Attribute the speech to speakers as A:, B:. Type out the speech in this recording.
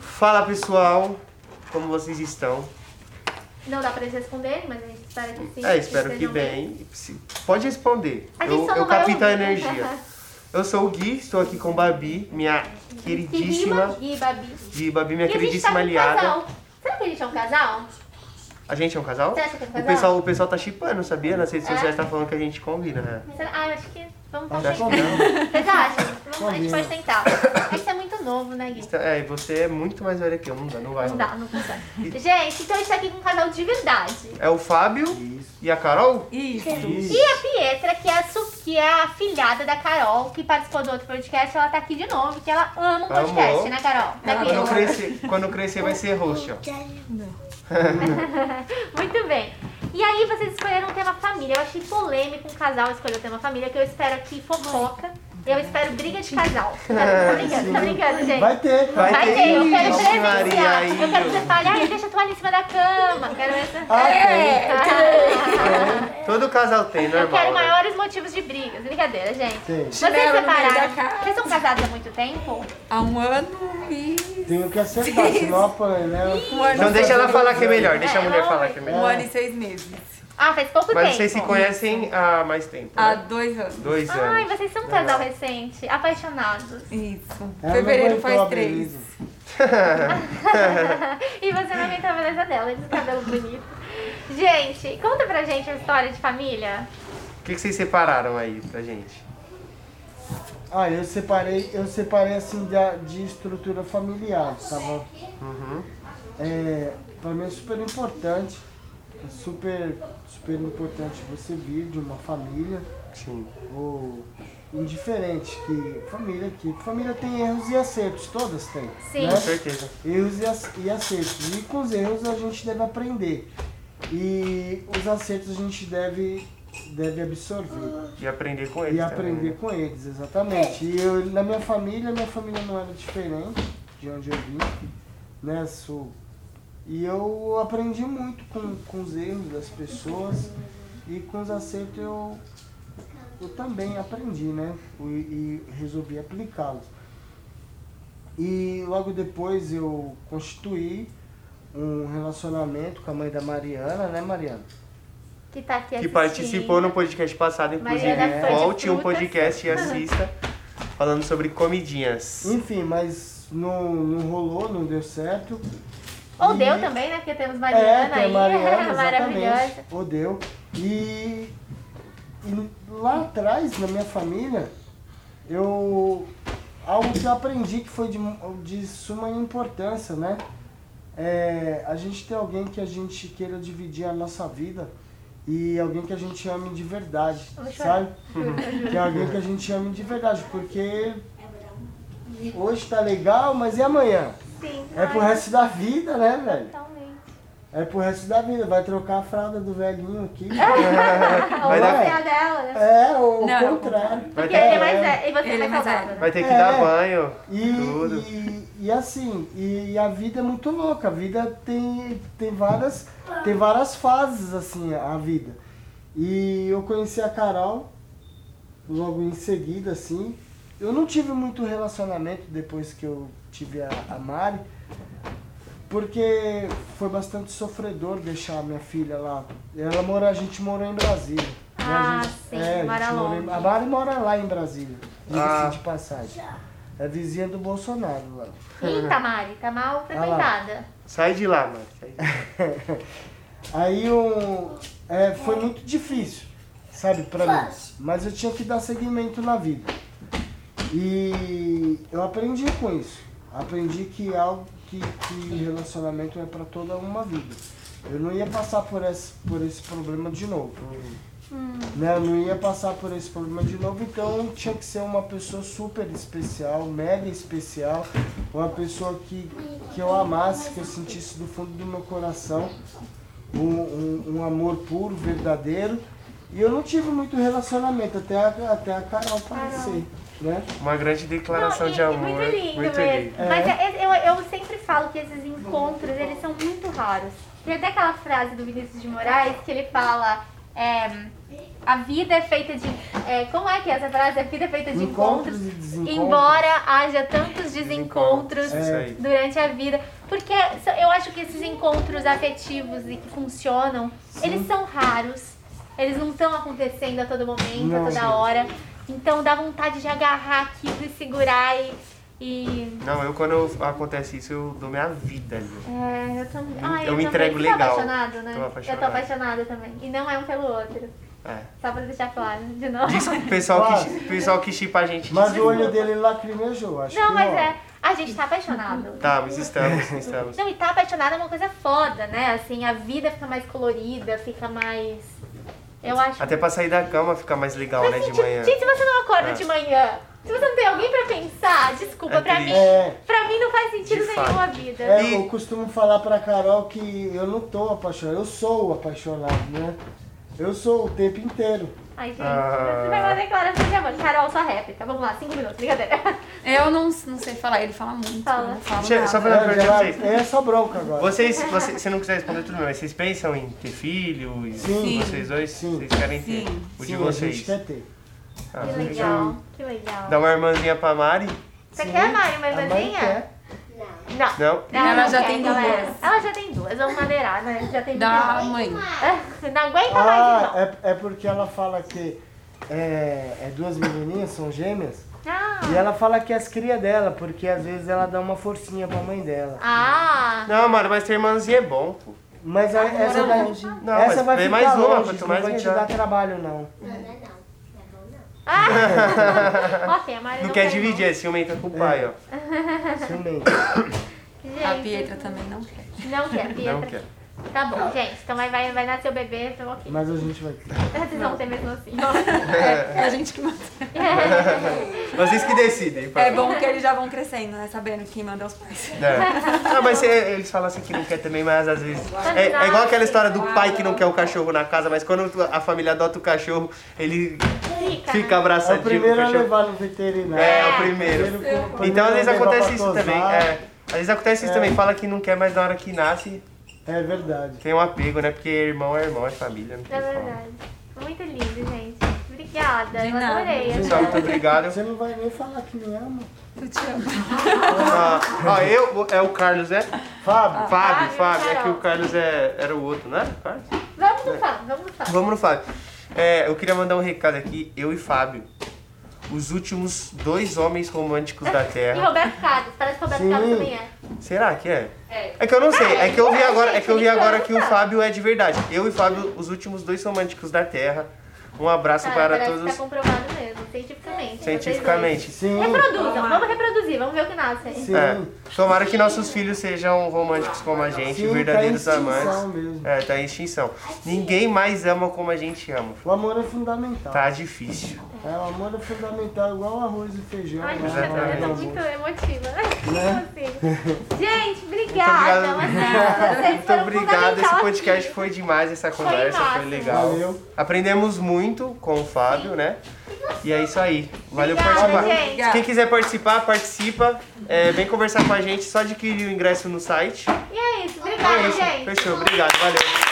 A: Fala pessoal, como vocês estão?
B: Não dá pra eles responderem, mas a gente espera que sim.
A: é, espero que
B: estejam
A: bem. Se- Pode responder.
B: A gente
A: Eu,
B: só
A: eu
B: não vai
A: capto a
B: ouvir. né?
A: energia. Eu sou o Gui, estou aqui com Babi, minha queridíssima.
B: Que rima, Gui, Babi.
A: Gui, Babi, minha
B: e a gente tá
A: queridíssima
B: com um
A: aliada.
B: casal. Será que a gente é um casal?
A: A gente é um casal?
B: Você acha que é um
A: O
B: casal?
A: pessoal, o pessoal tá chipando, sabia? Nas redes
B: É?
A: sociais tá falando que a gente combina, né?
B: Será- Ah, eu acho que vamos
A: Você
B: tentar.
C: é
A: acha que não?
B: Vocês acham? Vamos- a gente pode tentar. É que você é muito novo, né, Gui?
A: Então, É, e você é muito mais velha que eu, não dá, não vai.
B: Não dá, não consegue. Gente, então a gente tá aqui com um casal de verdade.
A: É o Fábio e a Carol?
D: Isso.
B: E a Pietra, que é a, su- que é a filhada da Carol, que participou do outro podcast, ela tá aqui de novo, que ela ama um podcast,
A: Amor.
B: né, Carol? Né,
D: Ela
A: Quando eu
B: Pietra?
A: crescer, quando eu crescer vai ser roxa.
B: Muito bem. E aí vocês escolheram o tema família. Eu achei polêmico um casal escolher o tema família, que eu espero aqui fofoca. Eu espero briga de casal. Tá brincando, tá brincando, gente.
C: Vai ter.
A: Vai
B: Vai ter, eu quero
A: Ixi, Maria,
B: presenciar.
A: aí,
B: Eu quero que
A: ó.
B: você fale, ai, deixa a toalha em cima da cama. Quero essa.
C: Ah,
B: É.
C: tem.
A: Todo casal tem,
B: Eu quero
A: normal. né?
B: maiores motivos de brigas. Brincadeira, gente.
C: Sim.
B: Vocês
D: Chinelo no meio da
B: separaram.
D: casa.
B: Vocês são casados há muito tempo?
D: Há um ano e.
C: Tenho que acertar, senão apanha, né?
D: Um ano,
A: Não deixa ela falar que é melhor, deixa a
B: É,
A: mulher
B: não,
A: falar que é melhor.
D: um ano e seis meses.
B: Ah, faz pouco tempo.
A: Mas vocês se conhecem há mais tempo.
D: Há
A: Né?
D: dois anos.
A: Dois
B: Ai,
A: anos.
B: vocês são um casal recente. Apaixonados.
D: Isso.
C: Ela
D: Fevereiro
C: não
D: faz
C: aguentou a
D: três.
C: beleza.
B: e você não aguentou a beleza dela, esse cabelo bonito. Gente, conta pra gente a história de família.
A: O que, que vocês separaram aí pra gente?
C: Ah, eu separei, eu separei assim da- de, estrutura familiar, tava. É, pra mim é super importante, é super, super importante você vir de uma família
A: Sim.
C: ou indiferente que família que família tem erros e acertos, todas têm.
B: Sim.
C: né?
A: Com certeza.
C: erros e, ac- e acertos. E com os erros a gente deve aprender. E os acertos a gente deve, deve absorver
A: E aprender com eles.
C: e
A: também,
C: aprender
A: né?
C: com eles, exatamente. E eu, na minha família, minha família não era diferente de onde eu vim, né? Sou. E eu aprendi muito com, com os erros das pessoas e com os acertos eu, eu também aprendi, né? E, e resolvi aplicá-los. E logo depois eu constituí um relacionamento com a mãe da Mariana, né, Mariana?
B: Que tá aqui
A: Que
B: assistindo.
A: participou no podcast passado, inclusive.
B: Mariana é Fã de
A: Volte um
B: Frutas.
A: podcast e assista. Falando sobre comidinhas.
C: Enfim, mas não, não rolou, não deu certo.
B: Ou
C: E-
B: deu também, né? Porque temos
C: É,
B: Mariana
C: tem a
B: aí,
C: Mariana,
B: maravilhosa.
C: exatamente. Ou deu. E, e lá atrás, na minha família, eu. Algo que eu aprendi que foi de, de suma importância, né? É, a gente ter alguém que a gente queira dividir a nossa vida e alguém que a gente ame de verdade,
B: Vou chorar.
C: sabe? que é alguém que a gente ame de verdade, porque hoje tá legal, mas e amanhã?
B: Sim.
C: É pro
B: ai,
C: resto da vida, né, velho?
B: Totalmente.
C: É pro resto da vida, vai trocar a fralda do velhinho aqui.
B: Ou
A: dar-
B: você é a dela, né?
C: É, o
D: Não, é o
C: contrário.
A: Vai
B: Porque
A: ter,
B: ele é mais velho. E você
D: Ele
B: é
D: é
B: mais
D: mais
B: saudável.
A: vai ter que
C: É.
A: dar banho.
C: E,
A: tudo.
C: e, e assim, e, a vida é muito louca, a vida tem, tem, várias, tem várias fases, assim, a vida. E eu conheci a Carol logo em seguida, assim. Eu não tive muito relacionamento depois que eu tive a, a Mari, porque foi bastante sofredor deixar a minha filha lá. Ela mora, a gente morou em Brasília. né?
B: Ah,
C: a gente,
B: sim,
C: é, a gente
B: mora
C: morou em-
B: longe.
C: a Mari mora lá em Brasília,
A: Ah.
C: ah. de passagem. É vizinha do Bolsonaro lá.
B: Eita, Mari, tá mal frequentada.
A: Sai de lá, mano. Sai de lá.
C: Aí o, é, foi muito difícil, sabe, pra mim. Mas eu tinha que dar seguimento na vida. E eu aprendi com isso. Aprendi que algo que, que relacionamento é pra toda uma vida. Eu não ia passar por esse, por esse problema de novo. Né? Eu não ia passar por esse problema de novo, então tinha que ser uma pessoa super especial, mega especial, uma pessoa que, que eu amasse, que eu sentisse do fundo do meu coração um, um- um amor puro, verdadeiro. E eu não tive muito relacionamento, até a, até a Carol aparecer, né?
A: Uma grande declaração
B: Não, e-
A: de
B: e
A: amor.
B: Muito lindo
A: Muito
B: mesmo. é,
A: lindo.
B: Mas é- eu, eu sempre falo que esses encontros, eles são muito raros. Porque Tem até aquela frase do Vinícius de Moraes que ele fala. é, a vida é feita de. é, como é que é essa frase? A vida é feita de
C: Encontros
B: encontros.
C: e desencontros.
B: Embora haja tantos desencontros
A: Desencontros, É. isso aí.
B: durante a vida. Porque so- eu acho que esses encontros afetivos e que funcionam, eles são raros. Eles não estão acontecendo a todo momento,
C: Não,
B: a toda
C: sim.
B: hora. Então dá vontade de agarrar aquilo e segurar e. e
A: Não, eu quando eu- acontece isso, eu dou minha vida ali.
B: é, eu também.
A: Eu
B: Ai,
A: me
B: eu, também.
A: entrego
B: Você Tá
A: legal.
B: apaixonado, né?
A: Tô
B: Eu tô
A: apaixonado.
B: apaixonada também. E não é um pelo outro.
A: É.
B: Só pra deixar claro, de novo.
A: Diz que o pessoal que, o pessoal que chipa a gente.
C: Mas o
A: desculpa.
C: olho dele lacrimejou, acho
B: Não,
C: que
B: mas
C: não.
B: é. A gente tá apaixonado.
A: Tá, mas estamos, estamos.
B: Não, e tá apaixonado é uma coisa foda, né? Assim, a vida fica mais colorida, fica mais. Eu acho.
A: Até pra sair da cama fica mais legal,
B: Mas,
A: né,
B: assim,
A: de
B: tipo,
A: manhã.
B: Gente, se você não acorda
A: É.
B: de manhã, se você não tem alguém pra pensar, desculpa,
A: É
B: pra
A: triste.
B: mim.
C: É.
B: Pra mim não faz sentido
A: De fato.
B: nenhum a vida.
C: É,
A: E-
C: eu costumo falar pra Carol que eu não tô apaixonado, eu sou apaixonado, né? Eu sou o tempo inteiro.
B: Ai, gente,
A: Ah.
B: você vai fazer declaração de amor. Carol, só réplica. Vamos lá, cinco minutos, brincadeira.
D: Eu não, não sei falar, ele fala muito.
B: Fala.
D: eu Não falo
A: Deixa eu só
D: nada.
A: fazer uma
C: É,
A: pergunta
C: já-
A: pra vocês.
C: é só bronca agora.
A: Vocês, você, se não quiser responder tudo bem, mas vocês pensam em ter filhos?
C: Sim.
A: Vocês dois?
C: Sim.
A: Vocês querem ter?
D: Sim.
A: O de
C: Sim, A
A: vocês?
C: gente quer ter.
A: Ah,
B: Que legal, que legal.
A: Dá um uma irmãzinha pra Mari?
B: Você
C: Sim,
B: quer a Mari, uma
C: a Mari
B: irmãzinha?
C: quer.
B: Não.
A: Não?
D: Ela
B: não
D: já
B: quer,
D: tem
B: galera.
D: duas.
B: Ela já tem duas, vamos maneirar, né? Já tem
D: Da
B: duas.
D: mãe.
B: Não aguenta mais,
C: Ah,
B: irmão.
C: é, é porque ela fala que é, é duas menininhas, são gêmeas.
B: Ah.
C: E ela fala que é as cria dela, porque às vezes ela dá uma forcinha pra mãe dela.
B: Ah,
A: Não, mano, mas ter irmãzinha é bom, pô.
C: Mas a- essa, vai,
A: Não,
C: essa
A: mas
C: vai
A: vem
C: ficar
A: mais uma,
C: longe,
A: quanto
C: não
A: mais
C: vai te
A: melhor.
C: dar trabalho, não.
B: ah. ok, a Mari
A: Não
B: não
A: quer
B: quer
A: dividir, é ciumenta com o pai, ó.
C: Ciumento.
B: Gente,
D: A Pietra tá- também não quer.
B: Não quer,
C: É.
B: Pietra.
A: Não quer.
B: Tá bom, gente. Então vai, vai, vai nascer o bebê, então ok.
C: Mas a gente vai ter.
B: Vocês vão ter mesmo assim.
D: É a gente que manda.
A: Vocês que decidem, pai.
D: É bom que eles já vão crescendo, né? Sabendo quem manda os pais.
A: É. Ah, mas se- eles falam assim que não quer também, mas às vezes. É, é igual aquela história do pai que não quer o cachorro na casa, mas quando a família adota o cachorro, ele
B: Fica.
A: fica
C: É o
A: abraçadinho com o
C: primeiro a
A: cachorro.
C: levar no veterinário.
A: É, é o primeiro.
C: primeiro
A: Então às vezes
C: levar pra
A: acontece isso
C: tosar.
A: também. É. Às vezes acontece isso
C: É.
A: também, fala que não quer, mas na hora que nasce
C: É verdade.
A: tem um apego, né? Porque irmão é irmão, é família, não tem
B: É
A: como.
B: verdade. Muito lindo, gente. Obrigada.
D: De
B: Eu
D: nada.
B: adorei.
A: Pessoal, muito obrigado.
C: Você não vai nem falar que me ama.
D: Eu te amo.
A: Ah, ah, eu, é o Carlos, é?
C: Fábio,
A: Fábio,
B: Ah, Fábio,
A: Fábio, é que
B: Carol.
A: o Carlos é, era o outro, né? Carlos?
B: Vamos no Fábio, vamos no Fábio.
A: Vamos no Fábio. É, eu queria mandar um recado aqui, eu e Fábio. Os últimos dois homens românticos da
B: E
A: Terra.
B: Roberto Carlos, parece que Roberto
C: Sim.
B: Carlos também é.
A: Será que é? É que eu não sei, é que eu vi agora, é que eu vi agora que o Fábio é de verdade. Eu e Fábio, os últimos dois românticos da Terra. Um abraço
B: Ah,
A: para
B: parece que
A: todos
B: tá comprovado mesmo, cientificamente.
A: cientificamente.
C: Sim,
B: Vocês dois. Reproduzam, vamos reproduzir, vamos ver o que nasce aí.
C: sim.
A: É. Tomara que nossos filhos sejam românticos como a gente,
C: Sim, tá em
A: verdadeiros
C: extinção
A: amantes.
C: mesmo.
A: É, tá em extinção. Ninguém mais ama como a gente ama.
C: O amor é fundamental.
A: Tá difícil.
C: É, o amor é fundamental, igual arroz e feijão.
B: Ai,
C: né?
B: gente, eu tô muito emotiva. Não consigo. Gente, obrigada.
A: Muito
B: mas é, vocês
A: Muito
B: foram
A: obrigado, esse
B: fundamental
A: podcast foi demais, essa conversa foi,
B: massa.
A: legal.
C: Valeu.
A: Aprendemos muito com o Fábio, né? E é isso aí. Valeu por
B: Obrigada,
A: participar.
B: gente.
D: Obrigada.
A: Quem quiser participar, participa. É, vem conversar com a gente, só adquirir o ingresso no site.
B: E é isso,
A: É
B: obrigada,
A: isso.
B: gente.
A: Fechou, obrigado, valeu.